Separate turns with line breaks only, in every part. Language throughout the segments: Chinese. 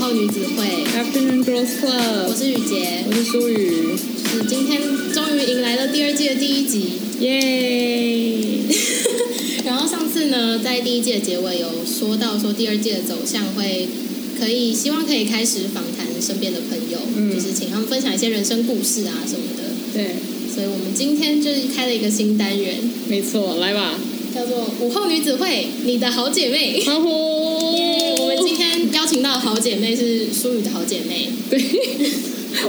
后女子会，
Afternoon Girls
我
Club，
是雨洁
我，是舒雨，
是今天终于迎来了第二季的第一集。
耶！
然后上次呢，在第一季的结尾有说到说第二季的走向会可以希望可以开始访谈身边的朋友，
嗯
就是请他们分享一些人生故事啊什么的。
对，
所以我们今天就是开了一个新单元，
没错，来吧，
叫做“午后女子会”，你的好姐妹。
欢呼！
我们今天邀请到的好姐妹是舒雨的好姐妹，
对，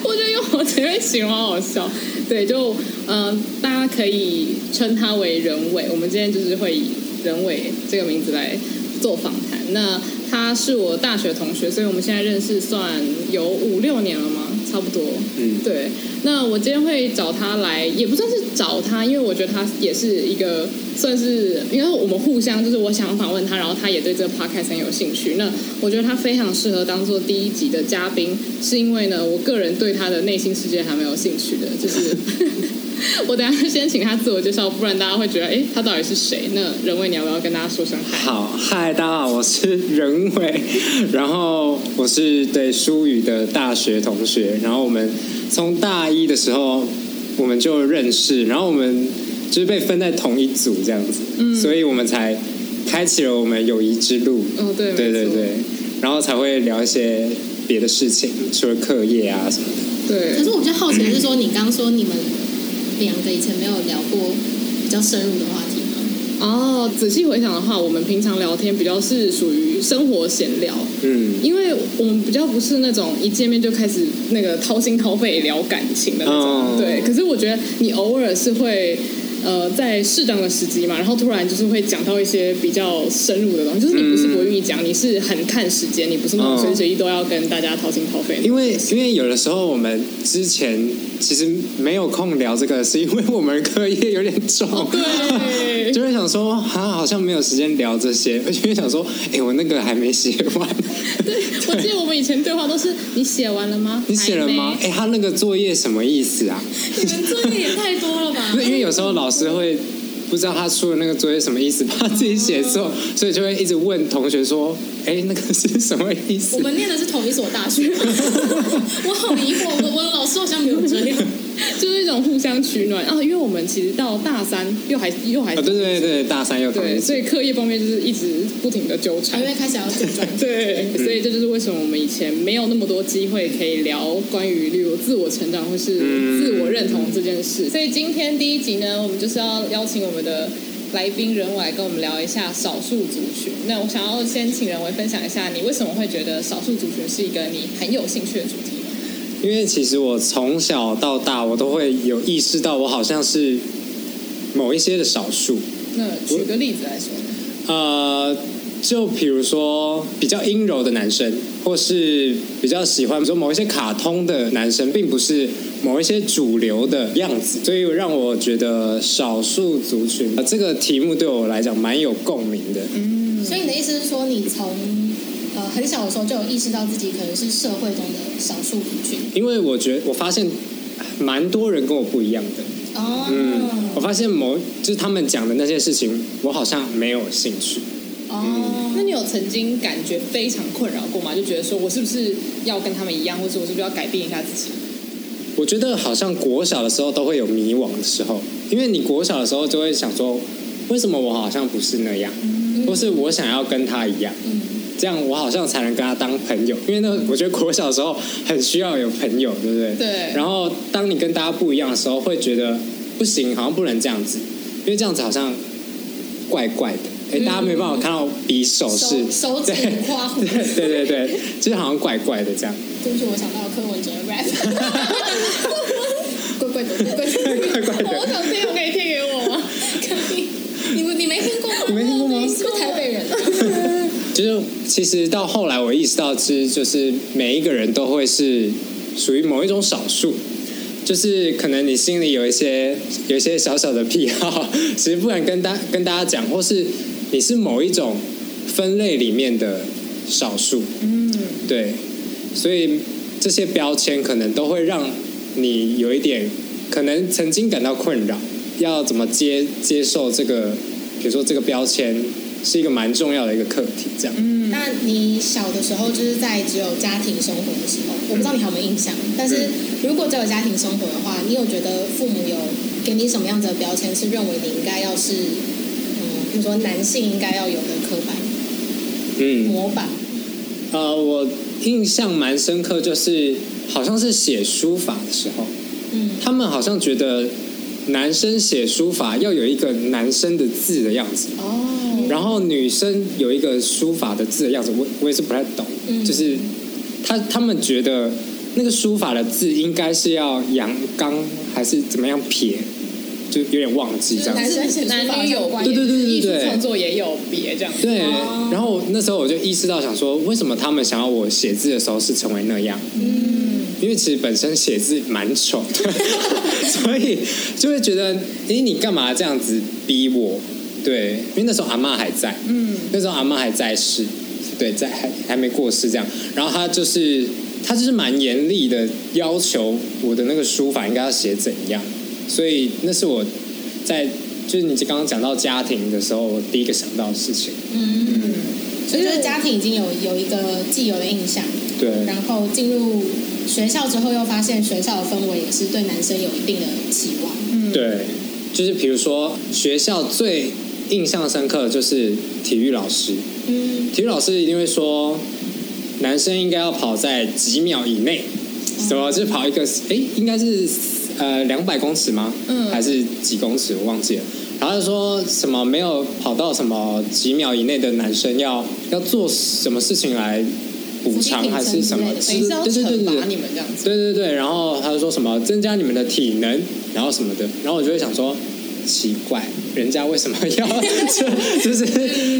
我觉得用我前面形容好好笑。对，就呃，大家可以称它为人伟。我们今天就是会以人伟这个名字来做访谈。那他是我大学同学，所以我们现在认识算有五六年了吗？差不多。
嗯，
对，那我今天会找他来，也不算是找他，因为我觉得他也是一个算是，因为我们互相就是我想访问他，然后他也对这个 podcast 很有兴趣。那我觉得他非常适合当做第一集的嘉宾，是因为呢，我个人对他的内心世界还蛮有兴趣的，就是 我等一下先请他自我介绍，不然大家会觉得，哎，他到底是谁？那人为你要不要跟大家说声嗨？
好，嗨，大家好，我是任伟，然后我是对舒宇的大学同学，然后我们从大一的时候我们就认识，然后我们就是被分在同一组这样子，嗯、所以我们才开启了我们友谊之路，
哦，对，
对
没
对
错
对，然后才会聊一些别的事情，除了课业啊什么的。
对
可是我比较好奇的是说，你刚说你们两个以前没有聊过比较深入的话题吗？
哦，仔细回想的话，我们平常聊天比较是属于生活闲聊，
嗯，
因为我们比较不是那种一见面就开始那个掏心掏肺聊感情的那种，
哦
对。可是我觉得你偶尔是会。呃，在适当的时机嘛，然后突然就是会讲到一些比较深入的东西，就是你不是不愿意讲，你是很看时间，你不是那种
哦
随时随地都要跟大家掏心掏肺的。
因为因为有的时候我们之前其实没有空聊这个，是因为我们课业有点重，
对啊
就会想说啊，好像没有时间聊这些， 而且会想说，哎、我那个还没写完，
对，我记得我们以前对话都是你写完了吗？
你写了吗
还？没
哎、他那个作业什么意思啊？
你们作业也太多了吧
不？是因为有时候老师会不知道他出的那个作业什么意思，怕自己写错，
嗯
所以就会一直问同学说，哎、那个是什么意思
我？们念的是同一所大 学，我好疑惑，我我的老师好像没有这样。
就是一种互相取暖啊，因为我们其实到大三又还又还
啊、对对对，大三又同
对，
一
所以课业方面就是一直不停的纠
啊
缠
因。为开始要组装，
对，所以这就是为什么我们以前没有那么多机会可以聊关于例如自我成长或是
嗯
自我认同这件事。所以今天第一集呢，我们就是要邀请我们的来宾人伟来跟我们聊一下少数族群。那我想要先请人伟分享一下，你为什么会觉得少数族群是一个你很有兴趣的主题吗？
因为其实我从小到大，我都会有意识到，我好像是某一些的少数。
那举个例子来说，
呃，就比如说比较阴柔的男生，或是比较喜欢比如说某一些卡通的男生，并不是某一些主流的样子，所以让我觉得少数族群、呃、这个题目对我来讲蛮有共鸣的。
所以你的意思是说，你从呃很小的时候就有意识到自己可能是社会中的少数族群
因为我觉得我发现蛮多人跟我不一样的，
哦，
嗯，我发现某就是他们讲的那些事情，我好像没有兴趣。
哦，
那你有曾经感觉非常困扰过吗？就觉得说我是不是要跟他们一样，或者我是不是要改变一下自己？
我觉得好像国小的时候都会有迷惘的时候，因为你国小的时候就会想说，为什么我好像不是那样，或是我想要跟他一样，
嗯，
这样我好像才能跟他当朋友。因为那我觉得国小的时候很需要有朋友，对不对？
对
然后当你跟大家不一样的时候，会觉得不行，好像不能这样子，因为这样子好像怪怪的。哎，大家没办法看到比手势，
手嗯手指
对
夸胡，
对对对对，就是好像怪怪的这样。
对不起，我想到了柯文哲的 rap，怪怪的，怪怪的，
怪怪的
我想听，我可以贴给我吗？可以，你们你没听过吗？
你没听过吗
你是不是台北人？
就是其实到后来，我意识到，其实就是每一个人都会是属于某一种少数，就是可能你心里有一些有一些小小的癖好，其实不敢跟大跟大家讲，或是你是某一种分类里面的少数，嗯，对，所以这些标签可能都会让你有一点可能曾经感到困扰，要怎么接接受这个，比如说这个标签，是一个蛮重要的一个课题。这样，
那你小的时候就是在只有家庭生活的时候，我不知道你还有没有印象，但是如果只有家庭生活的话，你有觉得父母有给你什么样子的标签，是认为你应该要是，嗯，比如说男性应该要有的刻板
嗯，
模板？
呃，我印象蛮深刻，就是好像是写书法的时候，
嗯，
他们好像觉得男生写书法要有一个男生的字的样子，
哦，
然后女生有一个书法的字的样子，我我也是不太懂，
嗯
就是他他们觉得那个书法的字应该是要阳刚还是怎么样撇，就有点忘记这样
男
子。
生写书法
男女有
好像
关，
对对对对
艺术
对
创作也有别这样。
对
哦，
然后那时候我就意识到，想说为什么他们想要我写字的时候是成为那样，
嗯，
因为其实本身写字蛮丑的， 所以就会觉得，诶，你干嘛这样子逼我？对，因为那时候阿嬷还在，
嗯，
那时候阿妈还在世，对，在还还没过世这样。然后她就是她就是蛮严厉的要求我的那个书法应该要写怎样，所以那是我在就是你刚刚讲到家庭的时候，我第一个想到的事情。
嗯
嗯
所以就是家庭已经有有一个既有的印象，
对，
然后进入学校之后又发现学校的氛围也是对男生有一定的期望。
嗯
对，就是比如说学校最印象深刻的就是体育老师，
嗯，
体育老师一定会说，男生应该要跑在几秒以内，
嗯
什么就是跑一个，诶，应该是呃两百公尺吗？
嗯
还是几公尺？我忘记了。然后就说什么没有跑到什么几秒以内的男生要要做什么事情来补偿还是什么
伏地挺
等于是
之？
要
对对对
惩
对
罚你们这样子。
对对对，然后他就说什么增加你们的体能，然后什么的，然后我就会想说，奇怪，人家为什么要 就就是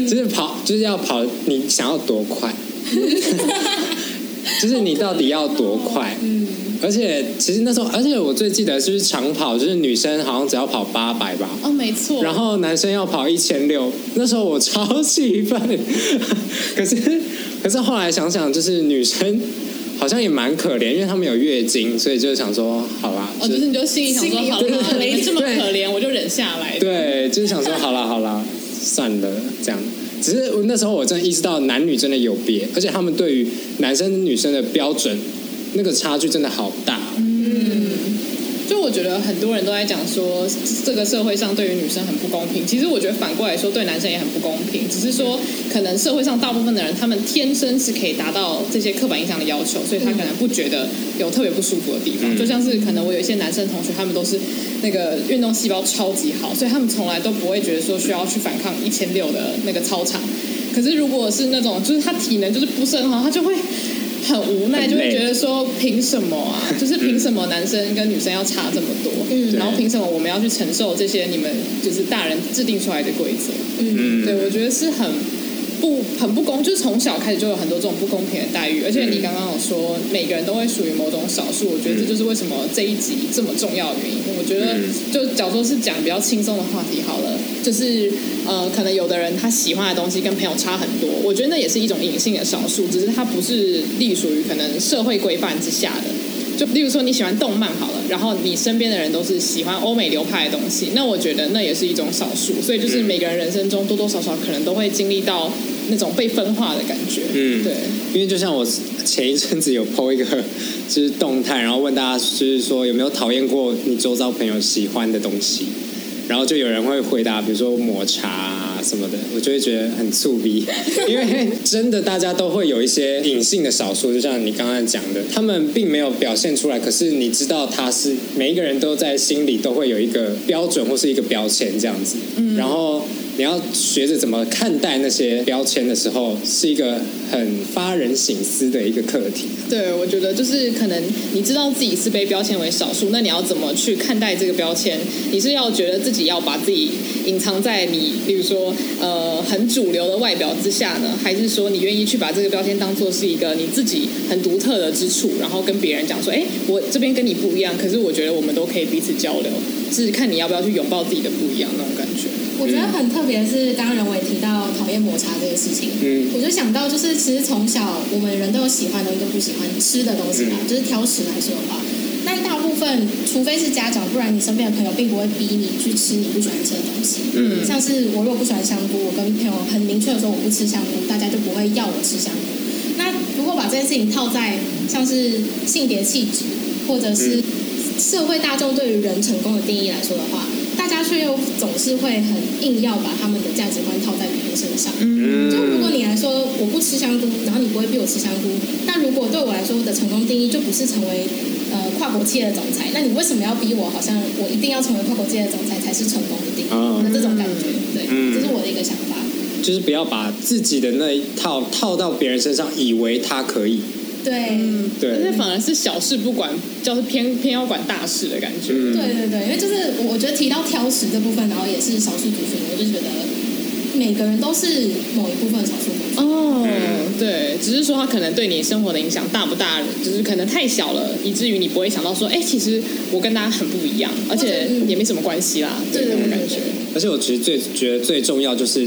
就是跑就是要跑，你想要多快？ 就是你到底要多快？
嗯，
而且其实那时候，而且我最记得就是长跑，就是女生好像只要跑八百吧，
哦，没错。
然后男生要跑一千六，那时候我超气愤。 可是，可是后来想想，就是女生好像也蛮可怜，因为她们有月经，所以就想说，好啦，
哦，就是你就心里想说，
心里
好啦，
对
你们这么
对
可怜，我就忍下来。，
对，就是想说，好啦，好啦，算了，这样。只是我那时候我真的意识到，男女真的有别，而且他们对于男生女生的标准，那个差距真的好大。
嗯
嗯
就我觉得很多人都在讲说，这个社会上对于女生很不公平。其实我觉得反过来说，对男生也很不公平。只是说，可能社会上大部分的人，他们天生是可以达到这些刻板印象的要求，所以他可能不觉得有特别不舒服的地方。
嗯
就像是可能我有一些男生同学，他们都是那个运动细胞超级好，所以他们从来都不会觉得说需要去反抗一千六的那个操场。可是如果是那种就是他体能就是不是很好，他就会很无奈，
很
就会
累
觉得说凭什么啊？就是凭什么男生跟女生要差这么多？
嗯
然后凭什么我们要去承受这些你们就是大人制定出来的规则？
嗯，
对，我觉得是很不很不公，就是从小开始就有很多这种不公平的待遇。而且
嗯
你刚刚有说每个人都会属于某种少数，我觉得这就是为什么这一集这么重要的原因。我觉得
嗯
就假如说是讲比较轻松的话题好了，就是呃，可能有的人他喜欢的东西跟朋友差很多，我觉得那也是一种隐性的少数，只是它不是隶属于可能社会规范之下的。就例如说你喜欢动漫好了，然后你身边的人都是喜欢欧美流派的东西，那我觉得那也是一种少数，所以就是每个人人生中多多少少可能都会经历到那种被分化的感觉。
嗯
对，
因为就像我前一阵子有 PO 一个就是动态，然后问大家就是说有没有讨厌过你周遭朋友喜欢的东西，然后就有人会回答，比如说抹茶啊什么的，我就会觉得很醋逼， 因为真的大家都会有一些隐性的少数，就像你刚才讲的，他们并没有表现出来，可是你知道他是每一个人都在心里都会有一个标准或是一个标签这样子，嗯，然后。你要学着怎么看待那些标签的时候，是一个很发人省思的一个课题。
对，我觉得就是可能你知道自己是被标签为少数，那你要怎么去看待这个标签？你是要觉得自己要把自己隐藏在你，比如说呃很主流的外表之下呢，还是说你愿意去把这个标签当做是一个你自己很独特的之处，然后跟别人讲说，哎，我这边跟你不一样，可是我觉得我们都可以彼此交流，是看你要不要去拥抱自己的不一样那种感觉。
我觉得很特别，是刚刚人伟提到讨厌抹茶这个事情，
嗯
我就想到就是其实从小我们人都有喜欢的跟不喜欢吃的东西嘛，就是挑食来说的话，那大部分，除非是家长，不然你身边的朋友并不会逼你去吃你不喜欢吃的东西。
嗯
像是我如果不喜欢香菇，我跟朋友很明确的说我不吃香菇，大家就不会要我吃香菇。那如果把这件事情套在像是性别气质，或者是社会大众对于人成功的定义来说的话，大家却又总是会很硬要把他们的价值观套在别人身上。
嗯，
就如果你来说我不吃香菇，然后你不会逼我吃香菇，那如果对我来说我的成功定义就不是成为呃跨国企业的总裁，那你为什么要逼我？好像我一定要成为跨国企业的总裁才是成功的定义，
哦
那这种感觉，对，
嗯
这是我的一个想法。
就是不要把自己的那一套套到别人身上，以为他可以。
对，
嗯，
对
而且反而是小事不管，就是偏偏要管大事的感觉。
嗯，
对对对，因为就是我觉得提到挑食这部分，然后也是少数族群，我就觉得每个人都是某一部分的少数族群。
哦
嗯，
对，只是说它可能对你生活的影响大不大，就是可能太小了，以至于你不会想到说，哎，其实我跟大家很不一样，而且也没什么关系啦，
对
这
对
种
对
感
对
觉。
对
而且我其实最觉得最重要就是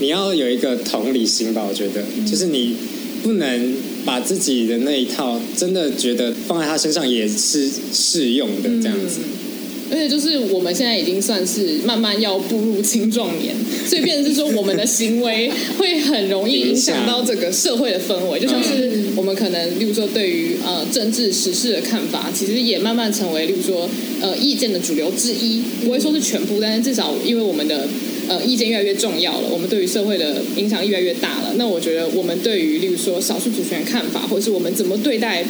你要有一个同理心吧，我觉得，就是你不能把自己的那一套真的觉得放在他身上也是适用的这样子。
而且就是我们现在已经算是慢慢要步入青壮年，所以变成是说我们的行为会很容易影响到整个社会的氛围，就像是我们可能，例如说对于呃政治时事的看法，其实也慢慢成为，例如说呃意见的主流之一，不会说是全部，但是至少因为我们的。呃，意见越来越重要了，我们对于社会的影响越来越大了。那我觉得，我们对于例如说少数族群的看法，或者是我们怎么对待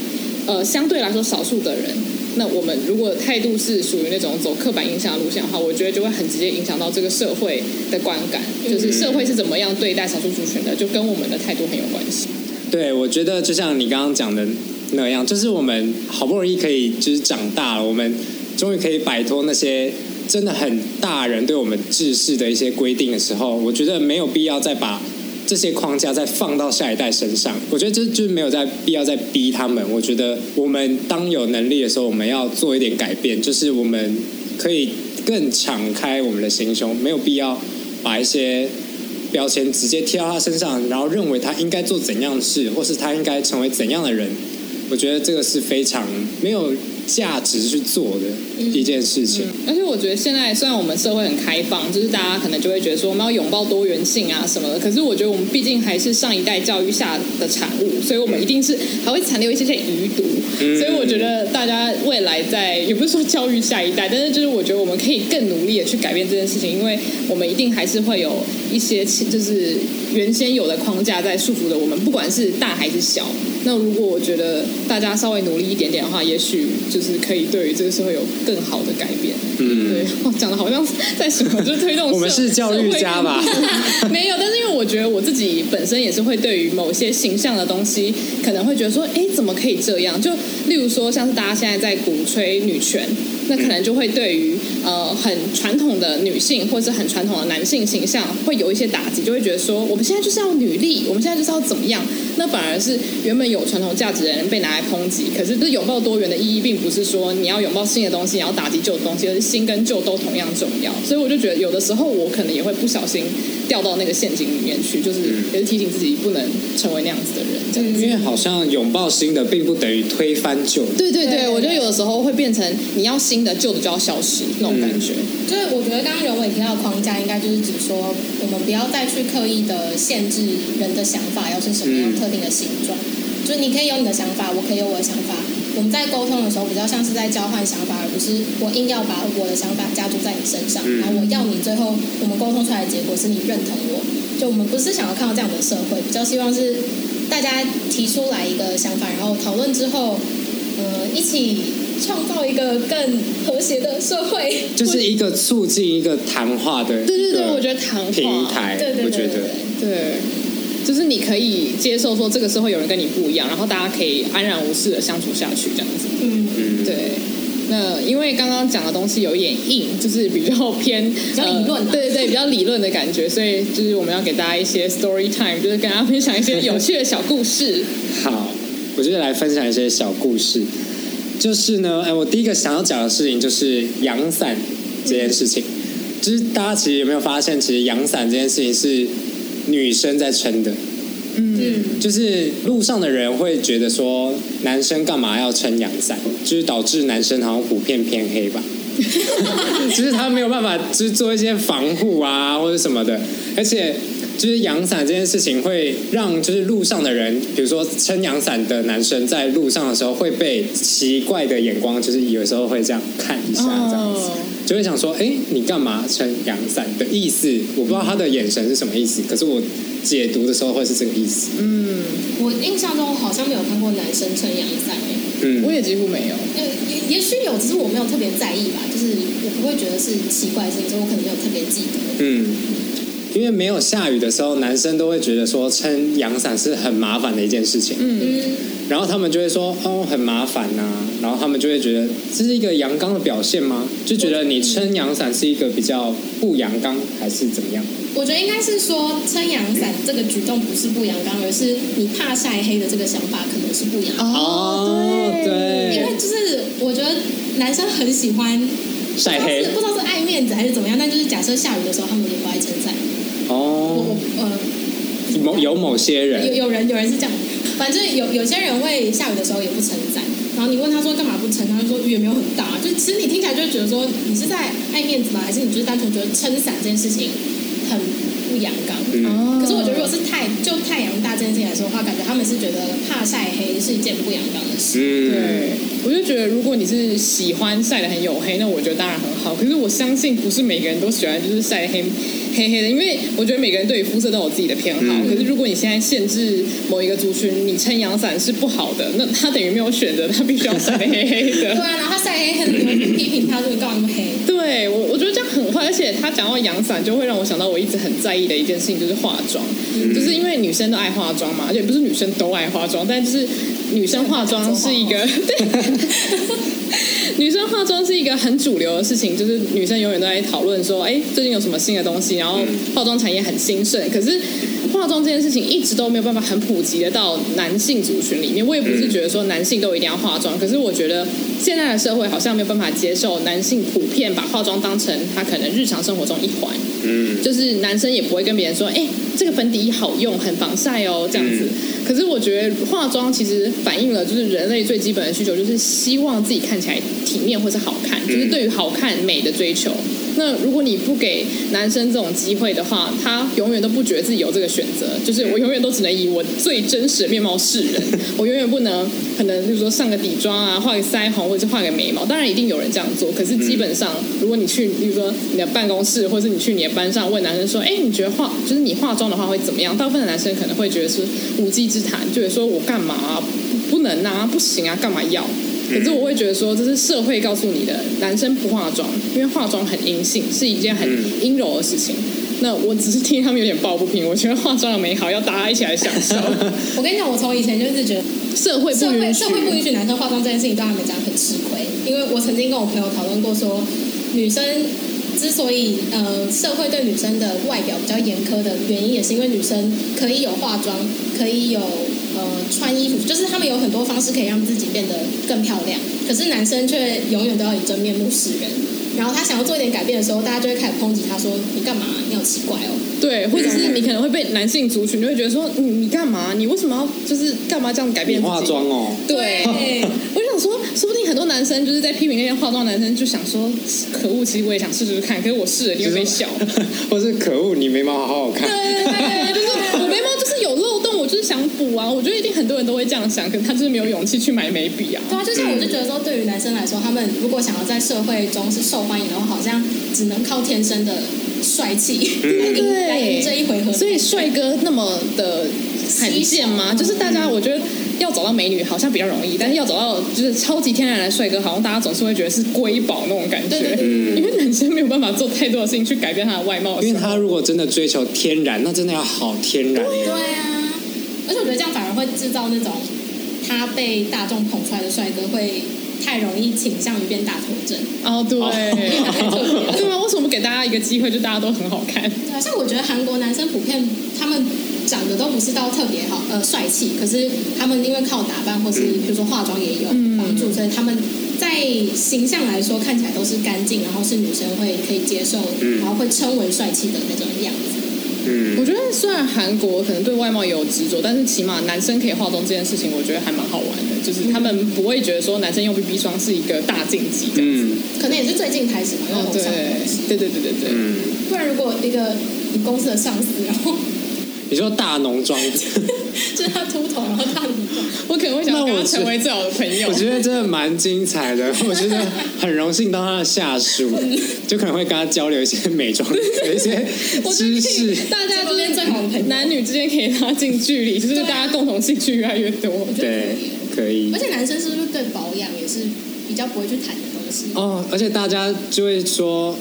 呃相对来说少数的人，那我们如果态度是属于那种走刻板印象的路线的话，我觉得就会很直接影响到这个社会的观感，就是社会是怎么样对待少数族群的，就跟我们的态度很有关系。
对，我觉得就像你刚刚讲的那样，就是呃我们好不容易可以就是长大了，我们终于可以摆脱那些真的很大人对我们制式的一些规定的时候，我觉得没有必要再把这些框架再放到下一代身上。我觉得这就是没有再必要再逼他们。我觉得我们当有能力的时候，我们要做一点改变，就是我们可以更敞开我们的心胸，没有必要把一些标签直接贴到他身上，然后认为他应该做怎样的事，或是他应该成为怎样的人，我觉得这个是非常没有价值去做的一件事情。
而且我觉得现在虽然我们社会很开放，就是大家可能就会觉得说我们要拥抱多元性啊什么的，可是我觉得我们毕竟还是上一代教育下的产物，所以我们一定是还会残留一些些余毒。
嗯
所以我觉得大家未来在也不是说教育下一代，但是就是我觉得我们可以更努力的去改变这件事情，因为我们一定还是会有一些其就是原先有的框架在束缚着我们，不管是大还是小。那如果我觉得大家稍微努力一点点的话，也许就是可以对于这个社会有更好的改变。对，我讲的好像在什么，就是推动社
嗯我们是教育家吧？
社会运动 没有，但是因为我觉得我自己本身也是会对于某些形象的东西，可能会觉得说，哎，怎么可以这样？就例如说，像是大家现在在鼓吹女权，那可能就会对于呃很传统的女性或是很传统的男性形象会有一些打击，就会觉得说，我们现在就是要女力，我们现在就是要怎么样？那反而是原本有传统价值的人被拿来抨击。可是这拥抱多元的意义，并不是说你要拥抱新的东西，你要打击旧的东西，而是新跟旧都同样重要。所以我就觉得，有的时候我可能也会不小心掉到那个陷阱里面去，就是
嗯
也是提醒自己不能成为那样子的人。这样
因为好像拥抱新的，并不等于推翻旧的。
对对对，
对
我觉得有的时候会变成你要新的，旧的就要消失那种感觉。
就是我觉得刚刚人伟提到的框架，应该就是指说，我们不要再去刻意的限制人的想法要是什么样
嗯
特定的形状。就是你可以有你的想法，我可以有我的想法。我们在沟通的时候，比较像是在交换想法，而不是我硬要把我的想法加注在你身上，
嗯
然后我要你最后我们沟通出来的结果是你认同我。就我们不是想要看到这样的社会，比较希望是大家提出来一个想法，然后讨论之后，呃，一起创造一个更和谐的社会。
就是一个促进一个谈话的
对对
嗯一
对，
个
我觉得谈话
平台
对，对
我
对对
觉
对
得。
对，就是你可以接受说这个社会有人跟你不一样，然后大家可以安然无事的相处下去，这样子。
嗯，
嗯，
对。那因为刚刚讲的东西有一点硬，就是比较偏呃比
较理论啊
对对对，比较理论的感觉，所以就是我们要给大家一些 story time，就是跟大家分享一些有趣的小故事。
好，我就来分享一些小故事。就是呢，哎，我第一个想要讲的事情就是阳伞这件事情。就是大家其实有没有发现，其实阳伞这件事情是女生在撑的，
嗯，
就是路上的人会觉得说，男生干嘛要撑阳伞？就是导致男生好像普遍偏黑吧。 就是他没有办法，就是做一些防护啊或者什么的，而且就是阳伞这件事情会让就是路上的人，比如说撑阳伞的男生在路上的时候会被奇怪的眼光，就是有时候会这样看一下
哦
这样子。就会想说，哎，你干嘛撑阳伞的意思？我不知道他的眼神是什么意思，可是我解读的时候会是这个意思。
我印象中好像没有看过男生撑阳伞诶。
嗯，
我也几乎没有。
呃，也也许有，只是我没有特别在意吧，就是我不会觉得是奇怪的事情，所以我可能没有特别记得。
嗯，因为没有下雨的时候，男生都会觉得说撑阳伞是很麻烦的一件事情。
嗯，
然后他们就会说哦很麻烦呐、然后他们就会觉得这是一个阳刚的表现吗？就觉得你撑阳伞是一个比较不阳刚还是怎么样？
我觉得应该是说撑阳伞这个举动不是不阳刚，而是你怕晒黑的这个想法可能是不阳刚，
哦对
因为就是我觉得男生很喜欢
晒黑
不知道是不知道是爱面子还是怎么样，但就是假设下雨的时候，他们也不爱撑伞。我我
哦，
呃，
某有某些人
有有人有人是这样，反正有有些人会下雨的时候也不撑伞，然后你问他说干嘛不撑，他就说雨也没有很大，啊就其实你听起来就会觉得说你是在爱面子吗？还是你就是单纯觉得撑伞这件事情很不阳刚？
嗯
哦
可是我觉得，如果是太就太阳大这件事情来说的话，感觉他们是觉得怕晒黑是一件不阳刚的事。
嗯
对，我就觉得如果你是喜欢晒得很黝黑，那我觉得当然很好。可是我相信不是每个人都喜欢就是晒得黑黑黑的，因为我觉得每个人对于肤色都有自己的偏好。
嗯
可是如果你现在限制某一个族群，你撑阳伞是不好的，那 他等于没有选择，他必须要晒得黑黑
对
的。
啊，然后他晒黑黑的，你会批评他说你干嘛那么黑？
对我，我觉得这样很坏，而且他讲到阳伞，就会让我想到我一直很在意的一件事情，就是化妆。就是因为女生都爱化妆嘛，而且不是女生都爱化妆，但就是女生化妆是一个对， 女生化妆是一个很主流的事情，就是女生永远都在讨论说，哎，最近有什么新的东西，然后化妆产业很兴盛，可是。化妆这件事情一直都没有办法很普及的到男性族群里面。我也不是觉得说男性都一定要化妆，可是我觉得现在的社会好像没有办法接受男性普遍把化妆当成他可能日常生活中一环。
嗯
就是男生也不会跟别人说，哎、这个粉底好用，很防晒哦，这样子。可是我觉得化妆其实反映了就是人类最基本的需求，就是希望自己看起来体面或是好看，就是对于好看美的追求。那如果你不给男生这种机会的话，他永远都不觉得自己有这个选择，就是我永远都只能以我最真实的面貌示人，我永远不能可能就是说上个底妆啊，画个腮红或者是画个眉毛，当然一定有人这样做，可是基本上如果你去，比如说你的办公室或者是你去你的班上问男生说，哎，你觉得化就是你化妆的话会怎么样？大部分的男生可能会觉得是无稽之谈，觉得说我干嘛啊，不不能啊，不行啊，干嘛要？可是我会觉得说，这是社会告诉你的，男生不化妆，因为化妆很阴性，是一件很阴柔的事情。那我只是替他们有点抱不平，我觉得化妆的美好要大家一起来享受。
我跟你讲，我从以前就是觉得
社会
社
不
会
允许
社，会不允许男生化妆这件事情，对他们讲很吃亏。因为我曾经跟我朋友讨论过说，女生之所以呃社会对女生的外表比较严苛的原因，也是因为女生可以有化妆，可以有呃穿衣服，就是他们有很多方式可以让自己变得更漂亮。可是男生却永远都要以真面目示人。然后他想要做一点改变的时候，大家就会开始抨击他说：“你干嘛？你好奇怪哦。”
对，或者是你可能会被男性族群就会觉得说，你嗯你干嘛？你为什么要就是干嘛这样改
你
变自己？
化妆哦，
对，我想说，说不定很多男生就是在批评那些化妆男生，就想说，可恶，其实我也想试试看，可是我试了，你会被笑。
或是可恶，你眉毛好好看。
对，就是我眉毛就是有漏洞，我就是想补啊。我觉得一定很多人都会这样想，可是他就是没有勇气去买眉笔啊。
对啊，就像我就觉得说，对于男生来说，他们如果想要在社会中是受欢迎的话，好像只能靠天生的帅气来赢来赢这一回合。
所以帅哥那么的罕见
嗯
吗？就是大家，我觉得要找到美女好像比较容易，但是要找到就是超级天然的帅哥，好像大家总是会觉得是瑰宝那种感觉。
对对对嗯
因为男生没有办法做太多的事情去改变他的外貌的时候，
因为他如果真的追求天然，那真的要好天然。
对啊，而且我觉得这样反而会制造那种他被大众捧出来的帅哥会太容易倾向于变大头症。
哦 对，
太特别了
对啊，为什么不给大家一个机会，就大家都很好 看？
对啊，像我觉得韩国男生普遍他们长得都不是到特别好，呃，帅气，可是他们因为靠打扮或是比如说化妆也有
嗯
帮助，所以他们在形象来说看起来都是干净，然后是女生会可以接受，然后会称为帅气的那种样子。
我
嗯，
觉得虽然韩国可能对外貌也有执着，但是起码男生可以化妆这件事情，我觉得还蛮好玩的。就是他们不会觉得说男生用 BB 霜是一个大禁忌这样子。
嗯
可能也是最近开始嘛，因为
哦
我
对
上班
对对对对对，
嗯，
不然如果一个你公司的上司，然后
你说大浓妆，
就是他秃头，然后他很短
我可能会想要
那我
跟他
是
成为最好的朋友
我。觉得真的蛮精彩的， 我觉得很荣幸当他的下属，就可能会跟他交流一些美妆的一些
我觉得可
知
以
识。
大家
这
就
个
是
是最好的朋友
男女之间可以拉近距离，就是
对啊
大家共同兴趣越来越多。
对，可以
而。且男生是不是对保养也是比较不会去谈的东西？
哦，而且大家就会说，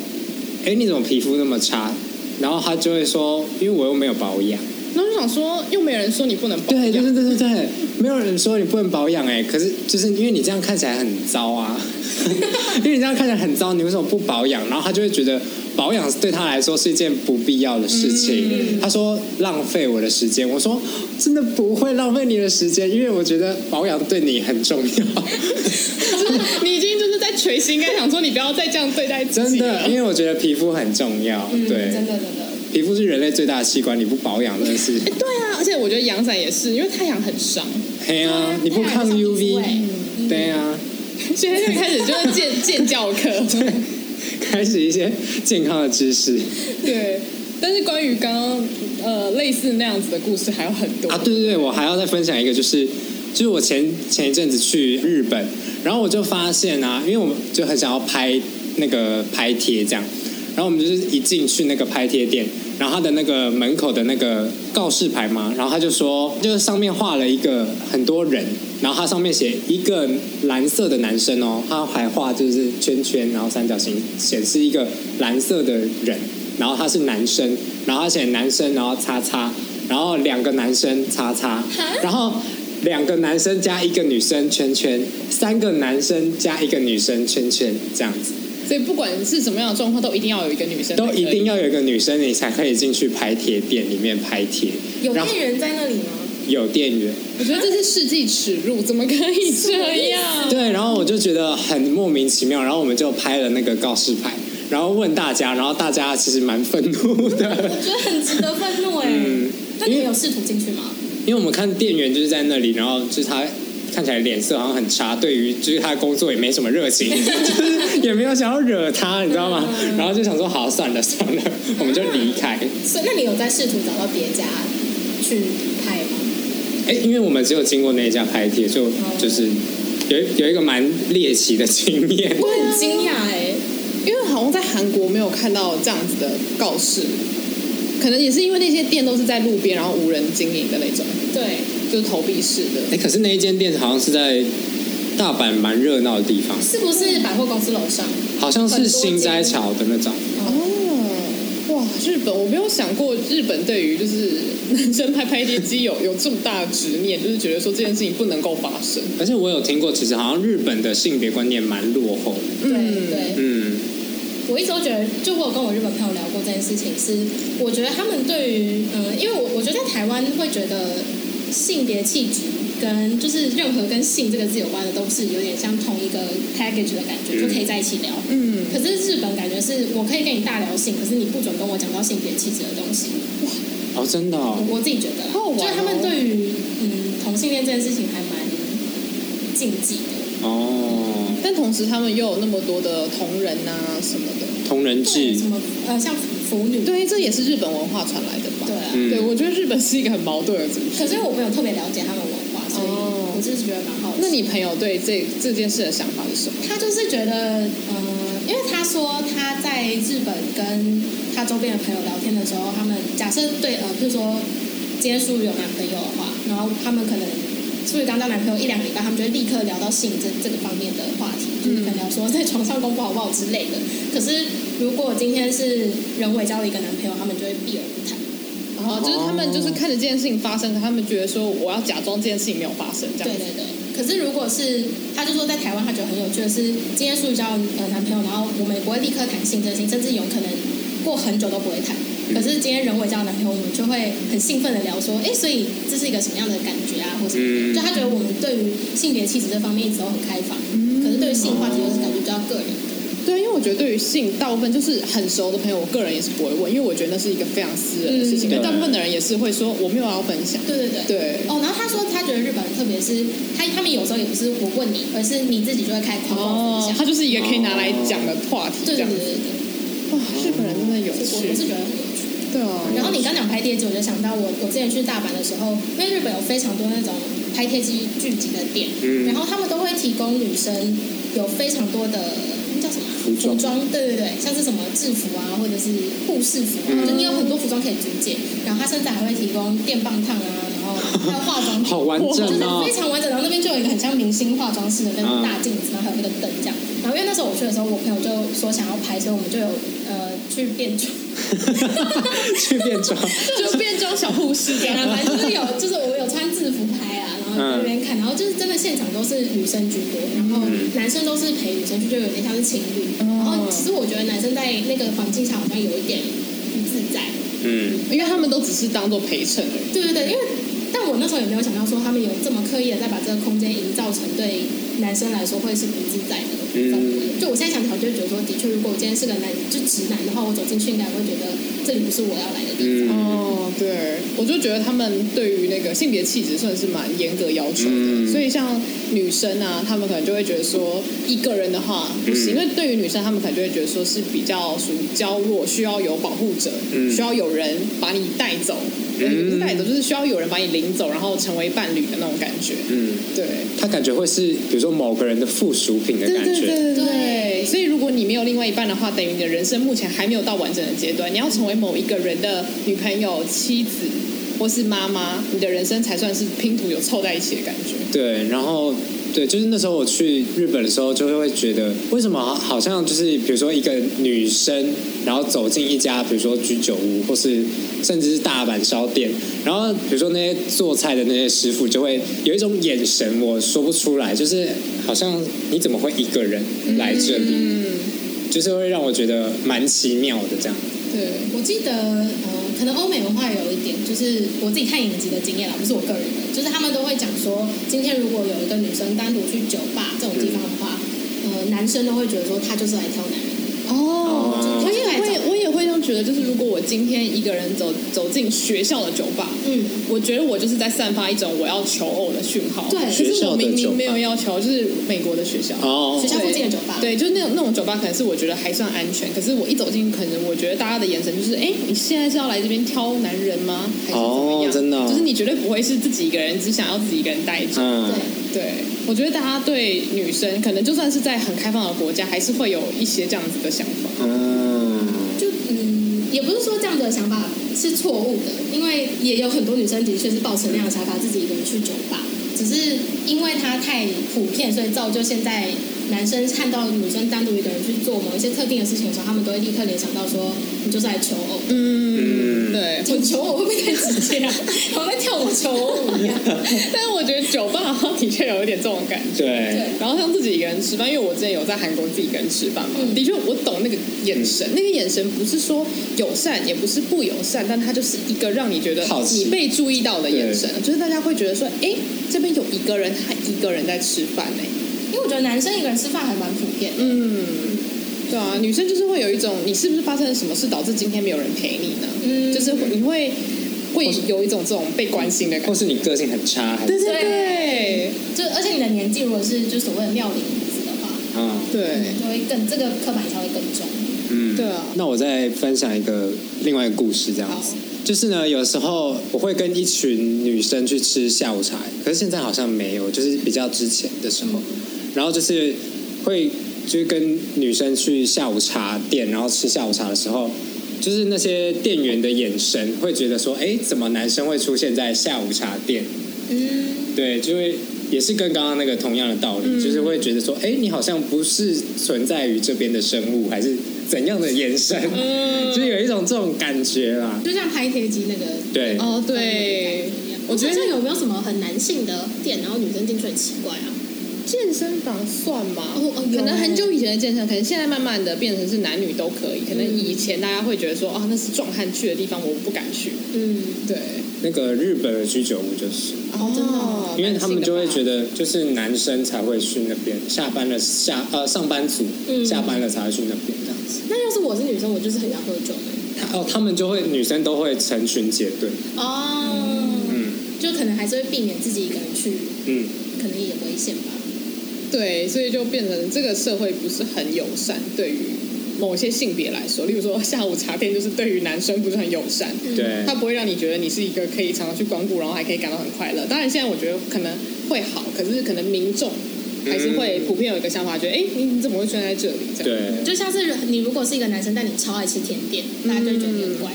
哎，你怎么皮肤那么差？然后他就会说，因为我又没有保养。
然后就想说，又没人说你不能保
对对
养，
对对对对，没有人说你不能保养哎、可是就是因为你这样看起来很糟啊， 因为你这样看起来很糟，你为什么不保养？然后他就会觉得保养对他来说是一件不必要的事情。他说浪费我的时间，我说真的不会浪费你的时间，因为我觉得保养对你很重要，
就是你已经就是在捶心肝，想说你不要再这样对待自
真
己
的，
了
因。为我觉得皮肤很重要，对，
嗯真的真的。
皮肤是人类最大的器官，你不保养真的是，
对啊，而且我觉得阳伞也是，因为太阳很伤。
嘿啊，你不抗
太阳也是
UV，
上皮肤欸
对啊。
现在就开始就是建建教课，
开始一些健康的知识
对。但是关于刚刚呃类似那样子的故事还有很多
啊！对对对，我还要再分享一个，就是就是我前前一阵子去日本，然后我就发现啊，因为我们就很想要拍那个拍贴这样，然后我们就是一进去那个拍贴店，然后它的那个门口的那个告示牌嘛，然后他就说，就是上面画了一个很多人，然后它上面写一个蓝色的男生哦，他还画就是圈圈，然后三角形显示一个蓝色的人，然后他是男生，然后他写男生，然后叉叉，然后两个男生叉叉，然后。两个男生加一个女生圈圈，三个男生加一个女生圈圈，这样子
所以不管是什么样的状况，都一定要有一个女生，
都一定。要有一个女生，你才可以进去拍贴店里面拍贴。
有
然后
店员在那里吗？
有店员，
我觉得这是世纪耻辱，怎么可以
啊
这样？
对，然后我就觉得很莫名其妙，然后我们就拍了那个告示牌，然后问大家，然后大家其实蛮愤 怒的，
我觉得很值得愤怒哎、
嗯
那你们有试图进去吗？
因为我们看店员就是在那里，然后就是他看起来脸色好像很差，对于就是他的工作也没什么热 情，就是也没有想要惹他，你知道吗？然后就想说好算了算了，我们就离开。
所以那你有在试图找到别家去拍吗？
哎，因为我们只有经过那一家拍贴，就就是有一有一个蛮猎奇的经验。
我很惊讶哎，
因为好像在韩国没有看到这样子的告示，可能也是因为那些店都是在路边，然后无人经营的那种，
对，
就是投币式的。
哎，可是那一间店好像是在大阪蛮热闹的地方，
是不是百货公司楼上？
好像是新斋桥的那种。
哦，哇，日本我没有想过日本对于就是男生拍拍贴机有有 这么大的执念，就是觉得说这件事情不能够发生。
而且我有听过，其实好像日本的性别观念蛮落后的。
对
嗯
对，
嗯，
我一直都觉得，就我有跟我日本朋友聊过这件事情是，呃我觉得他们对于，呃，因为我我觉得在台湾会觉得性别气质跟就是任何跟性这个字有关的都是有点像同一个 package 的感觉，
嗯
就可以在一起聊。
嗯，
可是日本感觉是我可以跟你大聊性，可是你不准跟我讲到性别气质的东西。
哦，真的哦，
我我自己觉得啦，
好玩哦
就是他们对于嗯同性恋这件事情还蛮禁忌的。
哦，
但同时他们又有那么多的同人啊什么的，
同
对，
人 志
什，么呃像腐女
对，这也是日本文化传来的吧？
对啊。
嗯
对，我觉得日本是一个很矛盾的族群。
可是因为我没有特别了解他们文化，所以
哦
我就是觉得蛮好奇。
那你朋友对这这件事的想法是什么？
他就是觉得，呃，因为他说他在日本跟他周边的朋友聊天的时候，他们假设对呃，譬如说今天淑宇有男朋友的话，然后他们可能淑宇刚交男朋友一两个礼拜，他们就会立刻聊到性这这个方面的话题，就是可能聊说在床上功夫好不好之类的。可是如果今天是人为交了一个男朋友，他们就会避而不谈。
哦，就是他们就是看着这件事情发生，可他们觉得说我要假装这件事情没有发生，这样
对对对。可是如果是，他就说在台湾，他觉得很有趣的是，今天素交呃男朋友，然后我们也不会立刻谈性这个事情，甚至有可能过很久都不会谈。
嗯
可是今天人为交男朋友，我们就会很兴奋的聊说，哎，所以这是一个什么样的感觉啊，或者、
嗯
就
嗯
他
哦
觉得我们对于性别气质这方面一直都很开放，可是对于性话题又是感觉比较个人的。
对，因为我觉得对于性大部分就是很熟的朋友，我个人也是不会问，因为我觉得那是一个非常私人的事情。
嗯
但大部分的人也是会说我没有要分享。
对对对。
对，
哦，然后他说他觉得日本人特别是他他们有时候也不是我问你，而是你自己就会开始偷偷分
哦
享。，
它就是一个可以拿来讲的话题，
对
这
对
样
对
子。
对对，
哇，日本人真的有
我
趣
我，是觉得很有趣。
对啊。
然后你刚讲拍贴机，我就想到我我之前去大阪的时候，因为日本有非常多那种拍贴机聚集的店，
嗯
然后他们都会提供女生有非常多的那叫什么啊
服装
对对对，像是什么制服啊，或者是护士服啊，
嗯
就你有很多服装可以租借，然后他甚至还会提供电棒烫啊，然后还有化妆品，
好完整
就是
哦
非。常完整。然后那边就有一个很像明星化妆室的那
嗯
种大镜子，然后还有那个灯这样。然后因为那时候我去的时候，我朋友就说想要拍，所以我们就有呃去变 装。
去变装，
就变装小护士这样。
啊反正就是有，就是我有穿制服拍啊，然后在那边看，然后就是真的现场都是女生居多，然后男生都是陪女生去，就有点像是情侣。然后其实我觉得男生在那个环境下好像有一点不自在，
嗯，
因为他们都只是当做陪衬而已。
对对对，因为但我那时候也没有想到说他们有这么刻意的在把这个空间营造成对男生来说会是不自在的氛围。就我现在想起来，我就觉得说，的确，如果我今天是个男，就直男的话，我走进去应该会觉得这里不是我要来的地方。
嗯，
哦，对，我就觉得他们对于那个性别气质算是蛮严格要求的，
嗯
所以像女生啊，她们可能就会觉得说一个人的话不行，
嗯
因为对于女生，她们可能就会觉得说是比较属于娇弱，需要有保护者，
嗯
需要有人把你带走，呃
嗯
也不是带走，就是需要有人把你领走，然后成为伴侣的那种感觉。
嗯，
对，
他感觉会是比如说某个人的附属品的
对
感
对
觉，
对对
对
对，所以如果你没有另外一半的话，等于你的人生目前还没有到完整的阶段，你要成为某一个人的女朋友、妻子或是妈妈，你的人生才算是拼图有凑在一起的感觉。
对，然后对，就是那时候我去日本的时候，就会觉得为什么好好像就是比如说一个女生，然后走进一家比如说居酒屋，或是甚至是大阪烧店，然后比如说那些做菜的那些师傅就会有一种眼神，我说不出来，就是好像你怎么会一个人来这
嗯
里，就是会让我觉得蛮奇妙的这样。
对，
我记得，呃，可能欧美文化有一点，就是我自己看影集的经验啦，不是我个人的，就是他们都会讲说，今天如果有一个女生单独去酒吧这种地方的话，呃，男生都会觉得说她就是来挑男人。
哦我也
我也
会，我也会这样觉得，就是如果我今天一个人走走进学校的酒吧，
嗯，
我觉得我就是在散发一种我要求偶的讯号。
对
可是我明
学校的
明
酒吧
没有要求，就是美国的学校。
哦
学，校附近的酒吧。
对，就是那种那种酒吧，可能是我觉得还算安全。可是我一走进，可能我觉得大家的眼神就是，哎、你现在是要来这边挑男人吗？还是怎么样？
哦真的哦
就是你绝对不会是自己一个人，只想要自己一个人待着。
嗯
对，
对，我觉得大家对女生，可能就算是在很开放的国家，还是会有一些这样子的想法。
嗯，
就嗯，也不是说这样的想法是错误的，因为也有很多女生的确是抱持那样的想法，自己一个人去酒吧，只是因为它太普遍，所以造就现在男生看到女生单独一个人去做某一些特定的事情的时候，他们都会立刻联想到说你就是来求偶。
嗯，
嗯
对。
你求偶会不会太直接啊？好像在跳舞求偶舞一样。
但是我觉得酒吧好像的确有一点这种感觉。
对，
然后像自己一个人吃饭，因为我之前有在韩国自己一个人吃饭嘛，
嗯
的确我懂那个眼神，那个眼神不是说友善，也不是不友善，但它就是一个让你觉得
好奇
你被注意到的眼神，就是大家会觉得说，哎，这边有一个人，他一个人在吃饭呢、
因为我觉得男生一个人吃饭还蛮普遍的。
嗯，对啊，女生就是会有一种，你是不是发生了什么事导致今天没有人陪你呢？
嗯
就是会你会会有一种这种被关心的感
或
觉。
是你个性很差，还是
对对对
对就而且你的年纪如果是就所谓的妙龄女子的话，
嗯。
对
就会更这个刻板印象会更重。
嗯，
对啊
那我再分享一个另外一个故事，这样子
好，
就是呢，有时候我会跟一群女生去吃下午茶，可是现在好像没有，就是比较之前的时候，
嗯
然后就是会就是跟女生去下午茶店，然后吃下午茶的时候。就是那些店员的眼神会觉得说，哎，怎么男生会出现在下午茶店？
嗯，
对，就会也是跟刚刚那个同样的道理，
嗯
就是会觉得说，哎，你好像不是存在于这边的生物，还是怎样的眼神，
嗯
就有一种这种感觉啦。
就像拍贴机那个，
对，
哦对，
嗯我觉得有没有什么很男性的店，然后女生进去很奇怪啊？
健身房算吗？
哦哦有
可能很久以前的健身，可能现在慢慢的变成是男女都可以。可能以前大家会觉得说，啊，那是壮汉去的地方，我不敢去。
嗯，
对，
那个日本的居酒屋就是，
哦真的哦
因为他们就会觉
得，
得就是男生才会去那边，下班了下呃上班族、
嗯
下班了才会去那边这样子。
那要是我是女生，我就是很想喝酒的。
他哦，他们就会女生都会成群结队，
哦，
嗯
就可能还是会避免自己一个人去，
嗯，
可能也危险吧。
对，所以就变成这个社会不是很友善，对于某些性别来说，例如说下午茶店，就是对于男生不是很友善。
嗯
对
它，不会让你觉得你是一个可以常常去光顾，然后还可以感到很快乐。当然，现在我觉得可能会好，可是可能民众还是
嗯
会普遍有一个想法，觉得哎、诶你你怎么会出现在这里？这样。
对，
就像是你如果是一个男生，但你超爱吃甜点，大家就会觉得你很怪。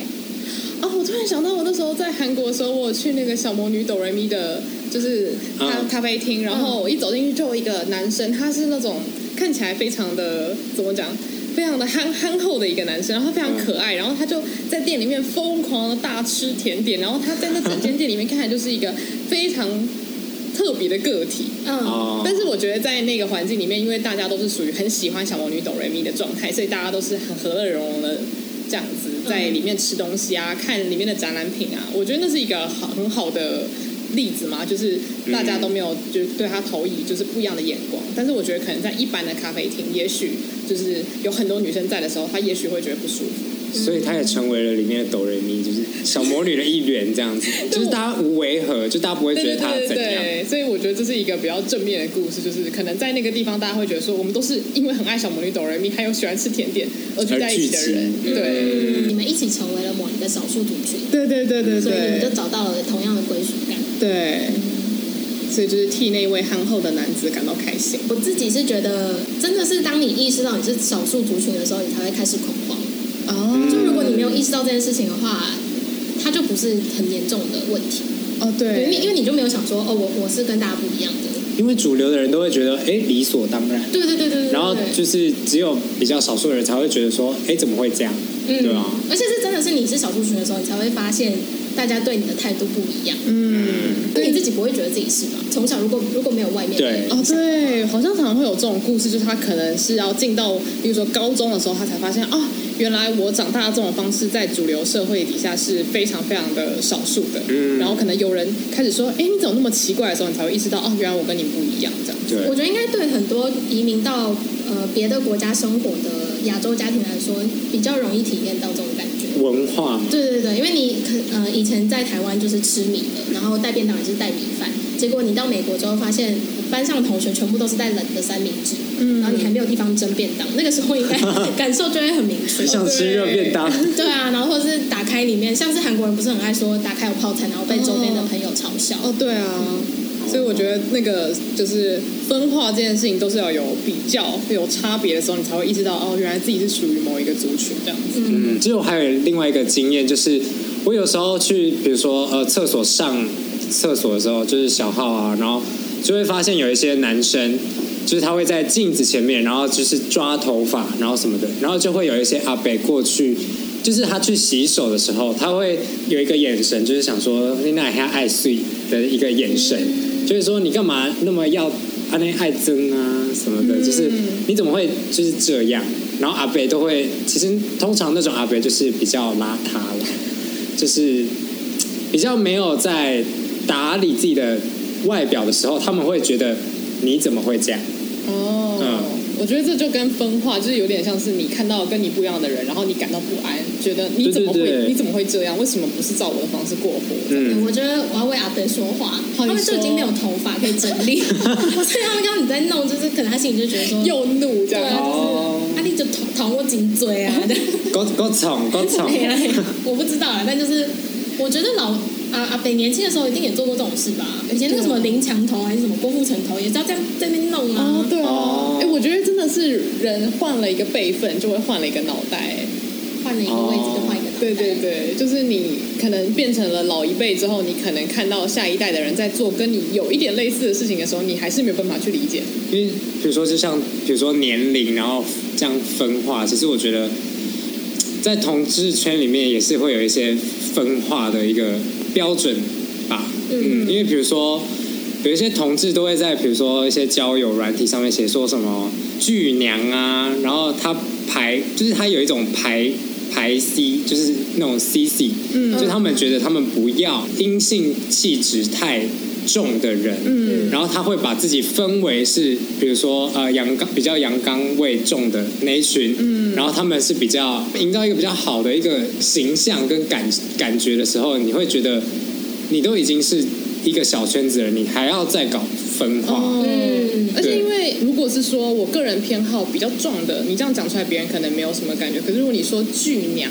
哦，我突然想到，我那时候在韩国的时候，我有去那个小魔女哆瑞咪的，就是咖
嗯
咖啡厅，然后我一走进去就有一个男生，他是那种看起来非常的怎么讲？非常的憨憨厚的一个男生，然后他非常可爱，然后他就在店里面疯狂的大吃甜点，然后他在那整间店里面看起来就是一个非常特别的个体，
嗯，
哦，
但是我觉得在那个环境里面，因为大家都是属于很喜欢小魔女哆瑞咪的状态，所以大家都是很和乐融融的这样子在里面吃东西啊，看里面的展览品啊，我觉得那是一个好很好的例子嘛，就是大家都没有就对他投以就是不一样的眼光。但是我觉得可能在一般的咖啡厅，也许就是有很多女生在的时候，她也许会觉得不舒服。
所以他也成为了里面的哆瑞咪，就是小魔女的一员 这样子，就是大家无违和，就大家不会觉
对
得他
对对
怎样。
对，所以我觉得这是一个比较正面的故事，就是可能在那个地方，大家会觉得说，我们都是因为很爱小魔女哆瑞咪，还有喜欢吃甜点而聚在一起的人
而，聚集
对。
嗯，你们一起成为了某一个少数族群，
对对对对
所以你们就
对
找到了同样的归属感。
对，所以就是替那位憨厚的男子感到开心。
我自己是觉得，真的是当你意识到你是少数族群的时候，你才会开始恐慌。
哦
就如果你没有意识到这件事情的话，它就不是很严重的问题，
哦
因为
对，
因为你就没有想说，哦，我我是跟大家不一样的。
因为主流的人都会觉得，哎，理所当然。
对对对对对。
然后
对
就是只有比较少数的人才会觉得说，哎，怎么会这样？对
嗯
啊，
而且是真的是你是少数群的时候，你才会发现大家对你的态度不一样。
嗯，
那你自己不会觉得自己是吧？从小如果如果没有外面的
对
影
哦
响
对，好像常常会有这种故事，就是他可能是要进到，比如说高中的时候，他才发现啊，原来我长大的这种方式在主流社会底下是非常非常的少数的。
嗯
然后可能有人开始说，哎，你怎么那么奇怪的时候，你才会意识到，哦，原来我跟你不一样，这样。
对
我，觉得应该对很多移民到呃别的国家生活的亚洲家庭来说，比较容易体验到这种感觉。
文化嘛，
对对对，因为你可呃以前在台湾就是吃米的，然后带便当也是带米饭，结果你到美国之后发现班上同学全部都是带冷的三明治，
嗯
然后你还没有地方蒸便当，那个时候 应该感受就会很明确
很。想吃热便当。
对啊，然后或者是打开里面，像是韩国人不是很爱说打开有泡菜，然后被周边的朋友嘲笑。
哦，对啊，所以我觉得那个就是分化这件事情，都是要有比较、有差别的时候，你才会意识到哦，原来自己是属于某一个族群这样子。
嗯，其实我还有另外一个经验，就是我有时候去，比如说呃厕所上厕所的时候，就是小号啊，然后就会发现有一些男生，就是他会在镜子前面，然后就是抓头发，然后什么的，然后就会有一些阿北过去。就是他去洗手的时候，他会有一个眼神，就是想说你哪下爱睡的一个眼神，就是说你干嘛那么要啊那爱憎啊什么的，就是你怎么会就是这样？然后阿北都会，其实通常那种阿北就是比较邋遢了，就是比较没有在打理自己的外表的时候，他们会觉得你怎么会这样？
哦，
嗯
我觉得这就跟分化就是有点像是你看到跟你不一样的人，然后你感到不安，觉得你怎么会
对对对
你怎么会这样？为什么不是照我的方式过活？
对
嗯，
我觉得我要为阿北说话，
好
他
你
们就已
说
经没有头发可以整 理，所以他们刚刚你在弄，就是可能他心里就觉得说，
又怒这
对
样
啊，就，
哦
是啊，你就捅捅我颈椎 啊，这样
够够宠够宠，
嘿嘿嘿 我不知道啊，但就是我觉得老阿阿北年轻的时候一定也做过这种事吧，以前那个什么林强头还是什么郭富城头，也是要这样在那边弄
哦
啊，，
对啊
哦，
哎，我觉得真的是人换了一个辈分，就会换了一个脑袋。哎
换了一个位置就换一个脑袋
哦对对对，就是你可能变成了老一辈之后，你可能看到下一代的人在做跟你有一点类似的事情的时候，你还是没有办法去理解。
因为比如说，就像比如说年龄，然后这样分化，其实我觉得在同志圈里面也是会有一些分化的一个标准吧。
嗯
因为比如说，有一些同志都会在比如说一些交友软体上面写说什么巨娘啊，然后他排就是他有一种排排 C，就是那种 CC，嗯，就是他们觉得他们不要阴性气质太重的人，嗯，然后他会把自己分为是比如说呃阳刚比较阳刚味重的那一群，嗯，然后他们是比较营造一个比较好的一个形象跟感感觉的时候，你会觉得你都已经是一个小圈子了，你还要再搞分化，
哦
嗯
而且
对
因为如果是说我个人偏好比较重的，你这样讲出来，别人可能没有什么感觉。可是如果你说巨娘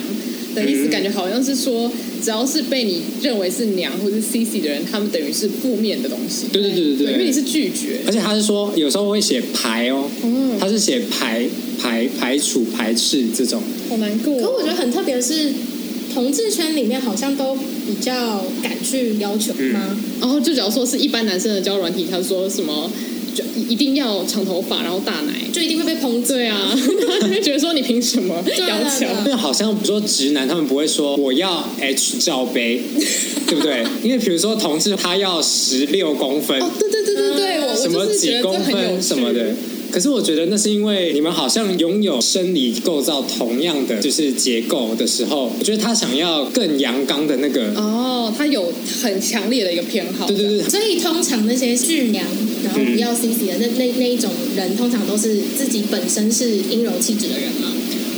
的意思，
嗯
感觉好像是说，只要是被你认为是娘或是 CC 的人，他们等于是负面的东西。
对对对对
因为你是拒绝。
而且他是说有时候会写排哦，
嗯
他是写排排排除排斥这种，
好难过、
可我觉得很特别的是，同志圈里面好像都比较敢去要求吗？
然后哦就假如说是一般男生的交友软体，他说什么就一定要长头发，然后大奶。
就一定会被抨击。
对啊， 他就会觉得说你凭什么
对啊
要求
对？啊
因为好像比如说直男他们不会说我要 H 罩 杯，对不对？因为比如说同志他要十六公分，
哦，对对对对对，我
什么
我就是觉
几
得这
公
很有
分
趣
什么的。可是我觉得那是因为你们好像拥有生理构造同样的就是结构的时候，我觉得他想要更阳刚的那个，
哦，他有很强烈的一个偏好。
对对对，
所以通常那些巨娘，然后不要 CC 的那那那一种人，通常都是自己本身是阴柔气质的人嘛。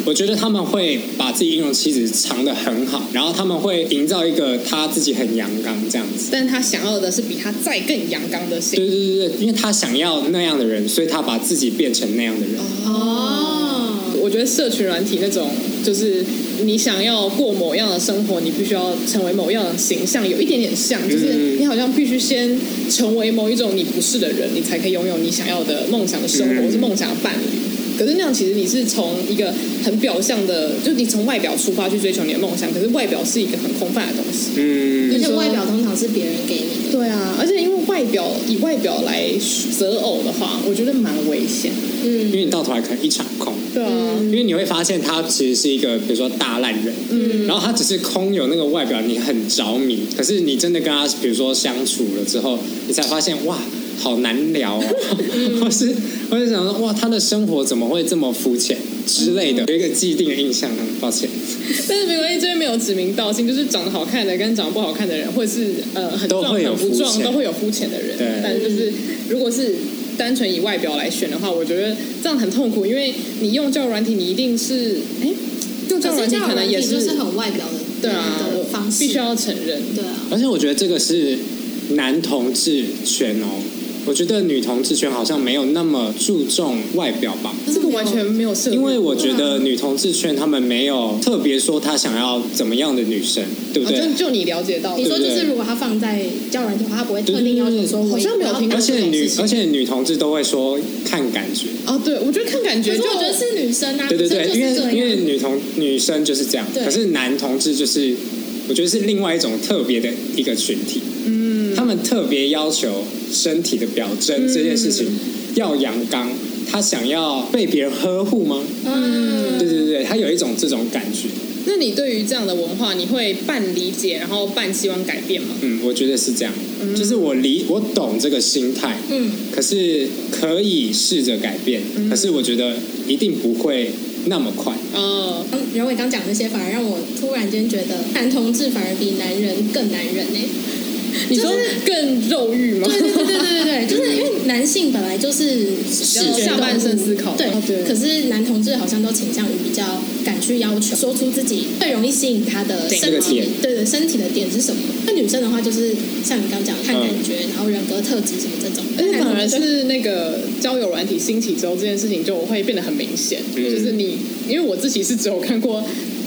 我觉得他们会把自己英雄气质藏得很好，然后他们会营造一个他自己很阳刚这样子。
但他想要的是比他再更阳刚的型。
对对对对，因为他想要那样的人，所以他把自己变成那样的人。
哦，
我觉得社群软体那种，就是你想要过某样的生活，你必须要成为某样的形象，有一点点像，就是
嗯
你好像必须先成为某一种你不是的人，你才可以拥有你想要的梦想的生活，
嗯
或是梦想的伴侣。可是那样其实你是从一个很表象的，就你从外表出发去追求你的梦想，可是外表是一个很空泛的东西。
而
嗯，
且外表通常是别人给你的。
对啊，而且因为外表以外表来择偶的话，我觉得蛮危险。
嗯
因为你到头来可能一场空，
对啊，
因为你会发现他其实是一个比如说大烂人，嗯，然后他只是空有那个外表，你很着迷，可是你真的跟他比如说相处了之后，你才发现哇。好难聊哦， 或是或是想说哇，他的生活怎么会这么肤浅之类的，有一个既定的印象，啊抱歉。
但是没关系，这边没有指名道姓，就是长得好看的跟长得不好看的人，或者是呃很
都
壮
会有
很不
肤
壮，
浅
都会有肤浅的人
对。
但就是如果是单纯以外表来选的话，我觉得这样很痛苦，因为你用交友软体，你一定是哎，用交友
可
软
是
体
交
可
友
能
软
也
体就是是很外表的
对啊
的，方
我
式，
必须要承认。
对啊。
而且我觉得这个是男同志圈哦，我觉得女同志圈好像没有那么注重外表吧。
这
嗯
个完全没有涉猎，
嗯因为我觉得女同志圈他们没有特别说她想要怎么样的女生，对不
啊
对？
就就你了解到的，
你说就
对
是
对
如果他放在交友软体的话，他不会特定
对对
要
对
求说我
好像没有
要
听过
干
而且
这种
女
事情啊
而且女同志都会说看感觉，
哦，对我觉得看感
可
觉
是
就
我觉得是女生啊，
对对对，
女
因
生就是
为
这
因为
样。
女同女生就是这样，
对
可是男同志就是我觉得是另外一种特别的一个群体，嗯，他们特别要求身体的表
嗯
征这件事情、要阳刚，他想要被别人呵护吗？
嗯，
对对对，他有一种这种感觉，
那你对于这样的文化，你会半理解，然后半希望改变吗？
嗯，我觉得是这样，就是我理我懂这个心态，
嗯，
可是可以试着改变，可是我觉得一定不会那么快，
哦，
刚人伟刚讲那些，反而让我突然间觉得男同志反而比男人更男人欸呢、
你说
就是
更肉欲吗？
对对 对对对对对，就是因为男性本来就是视觉动物
下半身思考
对
哦对。
可是男同志好像都倾向于比较敢去要求，说出自己最容易吸引他的
对
身
这个
体
点，
对对，身体的点是什么？那女生的话就是像你刚讲
嗯
看感觉，然后人格特质什么这种，
而且反而
男同志
是那个交友软体兴起之后，这件事情就会变得很明显。
嗯
就是你，因为我自己是只有看过，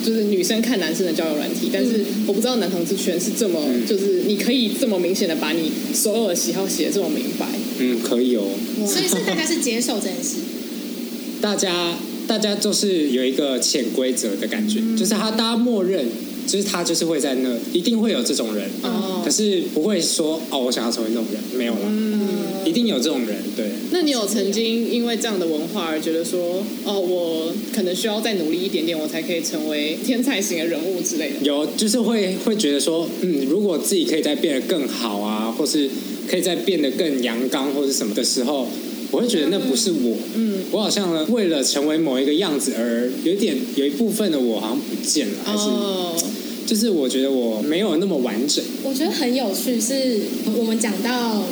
就是女生看男生的交友软体，但是我不知道男同志圈是这么，
嗯
就是你可以这么明显的把你所有的喜好写的这么明白。
嗯，可以哦。
所以是大家是接受这件事，
大家大家就是有一个潜规则的感觉，就是他大家默认，就是他就是会在那，一定会有这种人，
哦
可是不会说哦，我想要成为那种人，没有啦，
嗯
一定有这种人，对，
那你有曾经因为这样的文化而觉得说，哦，我可能需要再努力一点点，我才可以成为天才型的人物之类的？
有就是会会觉得说，嗯，如果自己可以再变得更好啊，或是可以在变得更阳刚或者什么的时候，我会觉得那不是我，嗯，我好像呢为了成为某一个样子而有点有一部分的我好像不见了，还是、
哦，
就是我觉得我没有那么完整，
我觉得很有趣，是我们讲到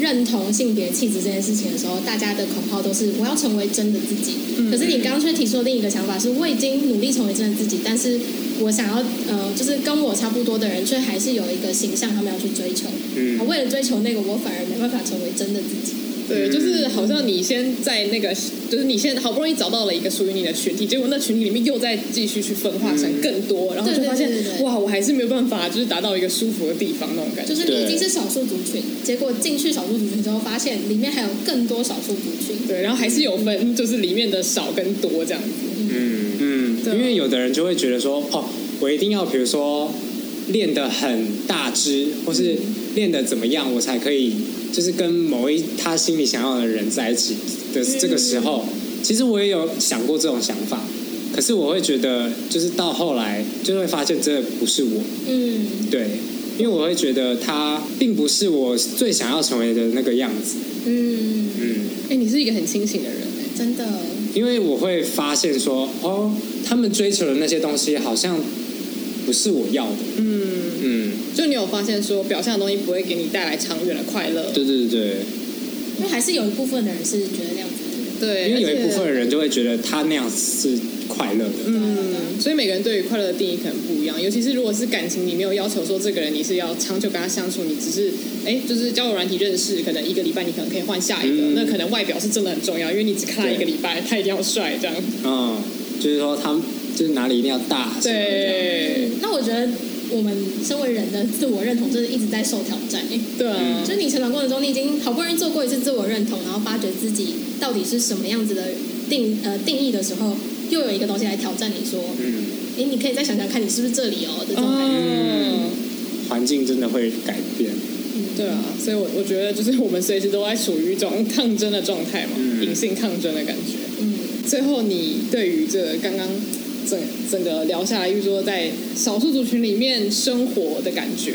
认同性别气质这件事情的时候，大家的口号都是我要成为真的自己。可是你刚刚却提出另一个想法是，我已经努力成为真的自己，但是我想要呃，就是跟我差不多的人，却还是有一个形象他们要去追求。
嗯
啊，为了追求那个，我反而没办法成为真的自己。
对，就是好像你先在那个，就是你先好不容易找到了一个属于你的群体，结果那群体里面又在继续去分化成更多，然后就发现
对对对对对
哇，我还是没有办法，就是达到一个舒服的地方那种感觉
就。是你已
对
经是少数族群，结果进去少数族群之后，发现里面还有更多少数族群。
对，然后还是有分，就是里面的少跟多这样子。
嗯嗯，
对啊
因为有的人就会觉得说，哦，我一定要比如说练得很大只，或是练得怎么样，我才可以就是跟某一他心里想要的人在一起的这个时候，
嗯
其实我也有想过这种想法，可是我会觉得，就是到后来就会发现这不是我，
嗯，
对，因为我会觉得他并不是我最想要成为的那个样子，
嗯，
嗯。
哎，你是一个很清醒的人哎。
真的，
因为我会发现说，哦，他们追求的那些东西好像不是我要的。
嗯，
嗯，
就你有发现说，表象的东西不会给你带来长远的快乐。
对对对
因为还是有一部分的人是觉得那样子的
对，
人。
对，因为有一
而且
部分人就会觉得他那样是快乐的。
嗯，所以每个人对于快乐的定义可能不一样，尤其是如果是感情，你没有要求说这个人你是要长久跟他相处，你只是哎，就是交友软体认识，可能一个礼拜你可能可以换下一个，
嗯
那可能外表是真的很重要，因为你只看他一个礼拜，他一定要帅这样。
嗯，就是说他们就是哪里一定要大。什么的
对，
那我觉得我们身为人的自我认同，就是一直在受挑战。欸
对啊，
就是你成长过程中，你已经好不容易做过一次自我认同，然后发觉自己到底是什么样子的定呃定义的时候，又有一个东西来挑战你说，
嗯，
诶，你可以再想想看，你是不是这里哦这种感觉。
嗯，
环境真的会改变。
对啊，所以我我觉得就是我们随时都在处于一种抗争的状态嘛，
嗯
隐性抗争的感觉。
嗯，
最后，你对于这个刚刚整整个聊下来，玉说在少数族群里面生活的感觉，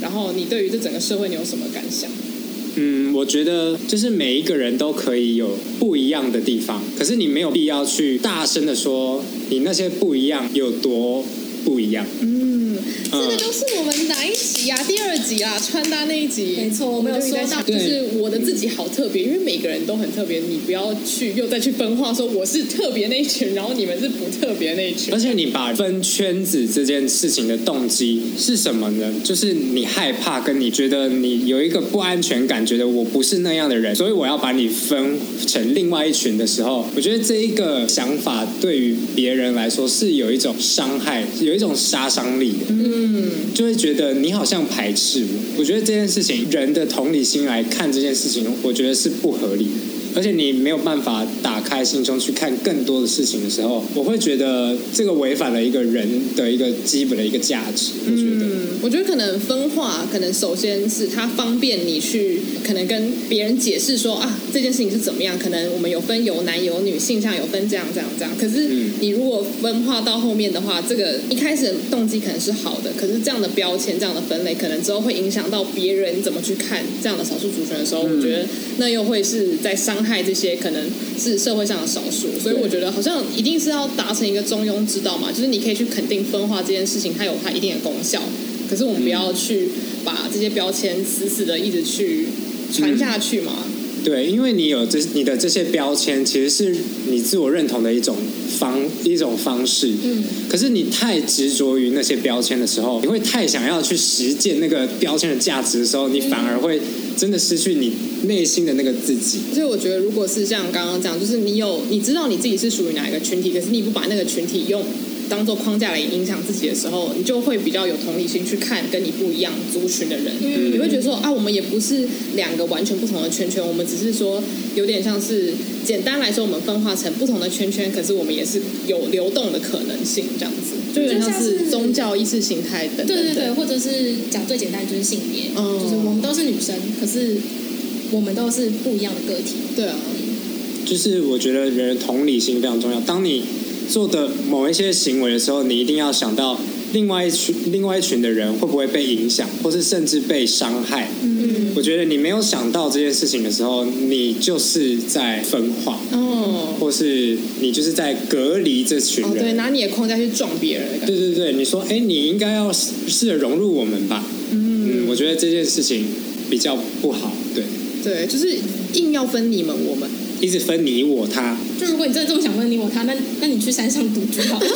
然后你对于这整个社会你有什么感想？
嗯，我觉得就是每一个人都可以有不一样的地方，可是你没有必要去大声的说你那些不一样有多不一样。
嗯，这
嗯
个就是我们哪一集呀、第二集啦，穿搭那一集。
没错我们有
就一直在
说到
讲就是我的自己好特别，因为每个人都很特别，你不要去又再去分化说我是特别那一群，然后你们是不特别那一群
而。且你把分圈子这件事情的动机是什么呢？就是你害怕，跟你觉得你有一个不安全感，觉得我不是那样的人，所以我要把你分成另外一群的时候，我觉得这一个想法对于别人来说是有一种伤害，有一种杀伤力的。
嗯，
就会觉得你好像排斥我。我觉得这件事情，人的同理心来看这件事情，我觉得是不合理的。而且你没有办法打开心胸去看更多的事情的时候，我会觉得这个违反了一个人的一个基本的一个价值。我觉得，
嗯，我觉得可能分化，可能首先是它方便你去，可能跟别人解释说啊，这件事情是怎么样。可能我们有分有男有女，性向有分这样这样这样。可是
嗯
你如果分化到后面的话，这个一开始的动机可能是好的，可是这样的标签、这样的分类，可能之后会影响到别人怎么去看这样的少数族群的时候，我觉得那又会是在伤害这些可能是社会上的少数。所以我觉得好像一定是要达成一个中庸之道嘛，就是你可以去肯定分化这件事情，它有它一定的功效。可是我们不要去把这些标签死死的一直去传下去嘛。
对，因为你有这你的这些标签，其实是你自我认同的一种方一种方式。
嗯，
可是你太执着于那些标签的时候，你会太想要去实践那个标签的价值的时候，你反而会真的失去你内心的那个自己。
所以我觉得，如果是像刚刚讲，就是你有你知道你自己是属于哪一个群体，可是你不把那个群体用当做框架来影响自己的时候，你就会比较有同理心去看跟你不一样族群的人。
嗯
你会觉得说啊，我们也不是两个完全不同的圈圈，我们只是说有点像是简单来说，我们分化成不同的圈圈，可是我们也是有流动的可能性，这样子，就有点像
就像
是
是
宗教意识形态等等
对对哦
等
对，或者是讲最简单就是性别，
嗯
就是我们都是女生，可是我们都是不一样的个体。
对啊，
就是我觉得人的同理心非常重要。当你做的某一些行为的时候，你一定要想到另外一群另外一群的人会不会被影响，或是甚至被伤害？嗯，我觉得你没有想到这件事情的时候，你就是在分化，
哦，
或是你就是在隔离这群
哦，对，
人。
拿你的框架去撞别人的感觉。
对对对，你说，哎，你应该要试试着融入我们吧。嗯，我觉得这件事情比较不好，对，
对，就是硬要分你们我们。
一直分你我他。
就如果你真的这么想问你我他，那那你去山上独居好了。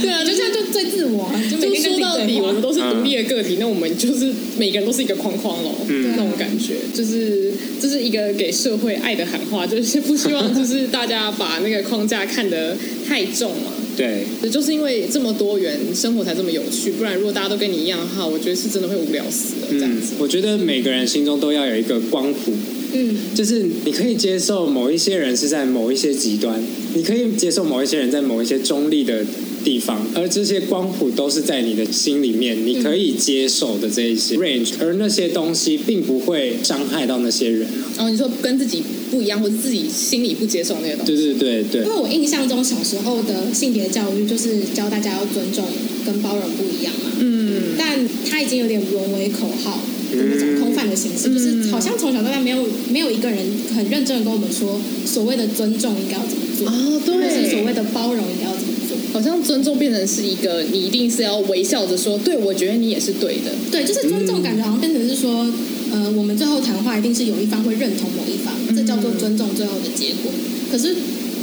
对啊，就这样就最自我啊，就每
就
天跟
说到
自己
底，
对
我
话
们。都是独立的个体，那我们就是每个人都是一个框框喽，
嗯
那种感觉，就是这是一个给社会爱的喊话，就是不希望就是大家把那个框架看得太重嘛。
对，
对就是因为这么多元，生活才这么有趣。不然，如果大家都跟你一样的话，我觉得是真的会无聊死了。这样
嗯
子，，
我觉得每个人心中都要有一个光谱，
嗯，
就是你可以接受某一些人是在某一些极端，你可以接受某一些人在某一些中立的地方，而这些光谱都是在你的心里面，你可以接受的这一些 range，而那些东西并不会伤害到那些人。
嗯
然后你说跟自己不一样，或者自己心里不接受那些东西，
对对对对
因，为我印象中小时候的性别教育就是教大家要尊重跟包容不一样嘛，
嗯，
但它已经有点沦为口号，怎么讲空泛的形式，
嗯
就是好像从小到大没有没有一个人很认真的跟我们说所谓的尊重应该要怎么做，
啊，
或是
对，
所谓的包容应该要怎么做。
好像尊重变成是一个，你一定是要微笑着说，对我觉得你也是对的，
对，就是尊重，感觉好像变成是说，呃，我们最后谈话一定是有一方会认同某一方，这叫做尊重最后的结果。可是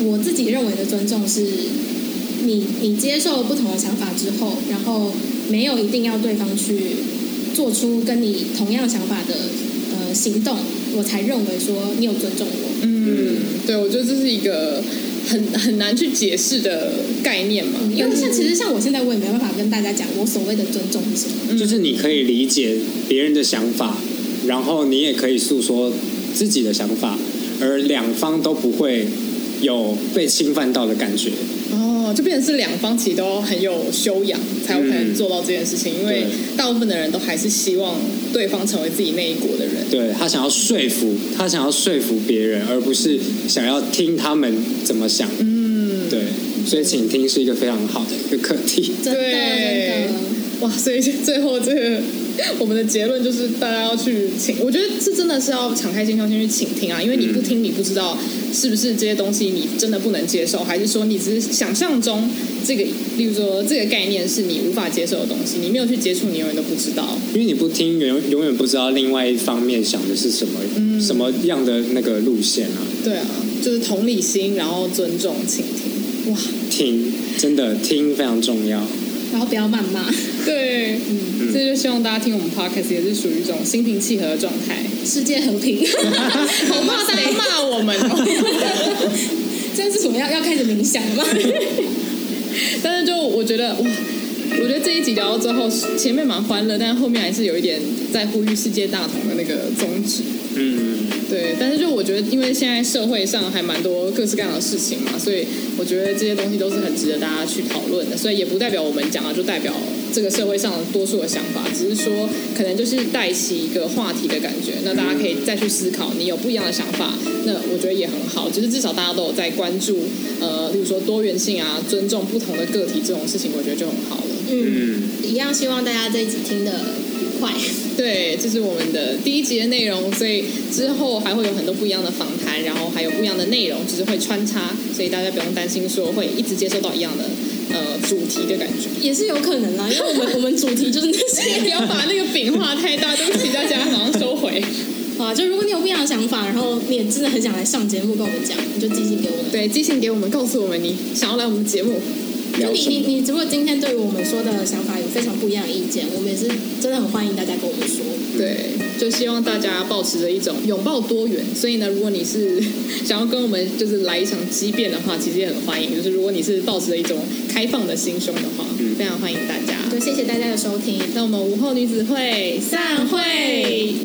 我自己认为的尊重是，你你接受不同的想法之后，然后没有一定要对方去做出跟你同样想法的呃行动，我才认为说你有尊重我。
嗯，对，我觉得这是一个很很难去解释的概念嘛，
嗯因为像其实像我现在我也没办法跟大家讲我所谓的尊重是什么。
就是你可以理解别人的想法，然后你也可以诉说自己的想法，而两方都不会有被侵犯到的感觉。
哦，就变成是两方其实都很有修养，才有可能
嗯
做到这件事情，因为
对
大部分的人都还是希望对方成为自己那一国的人。
对他想要说服，他想要说服别人，而不是想要听他们怎么想。嗯，对，所以请听是一个非常好的一个课题。
真的，
对
真的。
哇，所以最后这个我们的结论就是，大家要去倾，我觉得这真的是要敞开心胸先去倾听啊，因为你不听，你不知道是不是这些东西你真的不能接受，还是说你只是想象中这个，例如说这个概念是你无法接受的东西，你没有去接触，你永远都不知道。
因为你不听，永永远不知道另外一方面想的是什么，什么样的那个路线啊。
对啊，就是同理心，然后尊重、倾听。哇，
听，真的听非常重要。
然后不要谩骂，
对，嗯，所以就希望大家听我们 podcast 也是属于一种心平气和的状 态。
世界和平。
好骂大家骂我们哦。
这是什么要要开始冥想了吗？
但是就我觉得哇，我觉得这一集聊到最后，前面蛮欢乐，但是后面还是有一点在呼吁世界大同的那个宗旨。
嗯，
对，但是就我觉得，因为现在社会上还蛮多各式各样的事情嘛，所以我觉得这些东西都是很值得大家去讨论的。所以也不代表我们讲啊，就代表这个社会上多数的想法，只是说可能就是带起一个话题的感觉。那大家可以再去思考，你有不一样的想法，那我觉得也很好。就是至少大家都有在关注，呃，例如说多元性啊，尊重不同的个体这种事情，我觉得就很好了。
嗯，一样希望大家这一集听的愉快。
对，这是我们的第一集的内容，所以之后还会有很多不一样的访谈，然后还有不一样的内容，只是会穿插，所以大家不用担心说会一直接收到一样的呃主题的感觉。
也是有可能啦，因为我们 我们主题就是那
不
些
要把那个饼画太大，对不起大家，马上收回。
啊，就如果你有不一样的想法，然后你也真的很想来上节目跟我们讲，你就寄信给我们。
对，寄信给我们，告诉我们你想要来我们节目。
就
聊
你
什
你
么？
你，如果今天对于我们说的想法有非常不一样的意见，我们也是真的很欢迎大家跟我们说。
对，就希望大家保持着一种拥抱多元。所以呢，如果你是想要跟我们就是来一场激辩的话，其实也很欢迎。就是如果你是保持着一种开放的心胸的话，
嗯
非常欢迎大家。
就谢谢大家的收听，
那我们午后女子会
散会。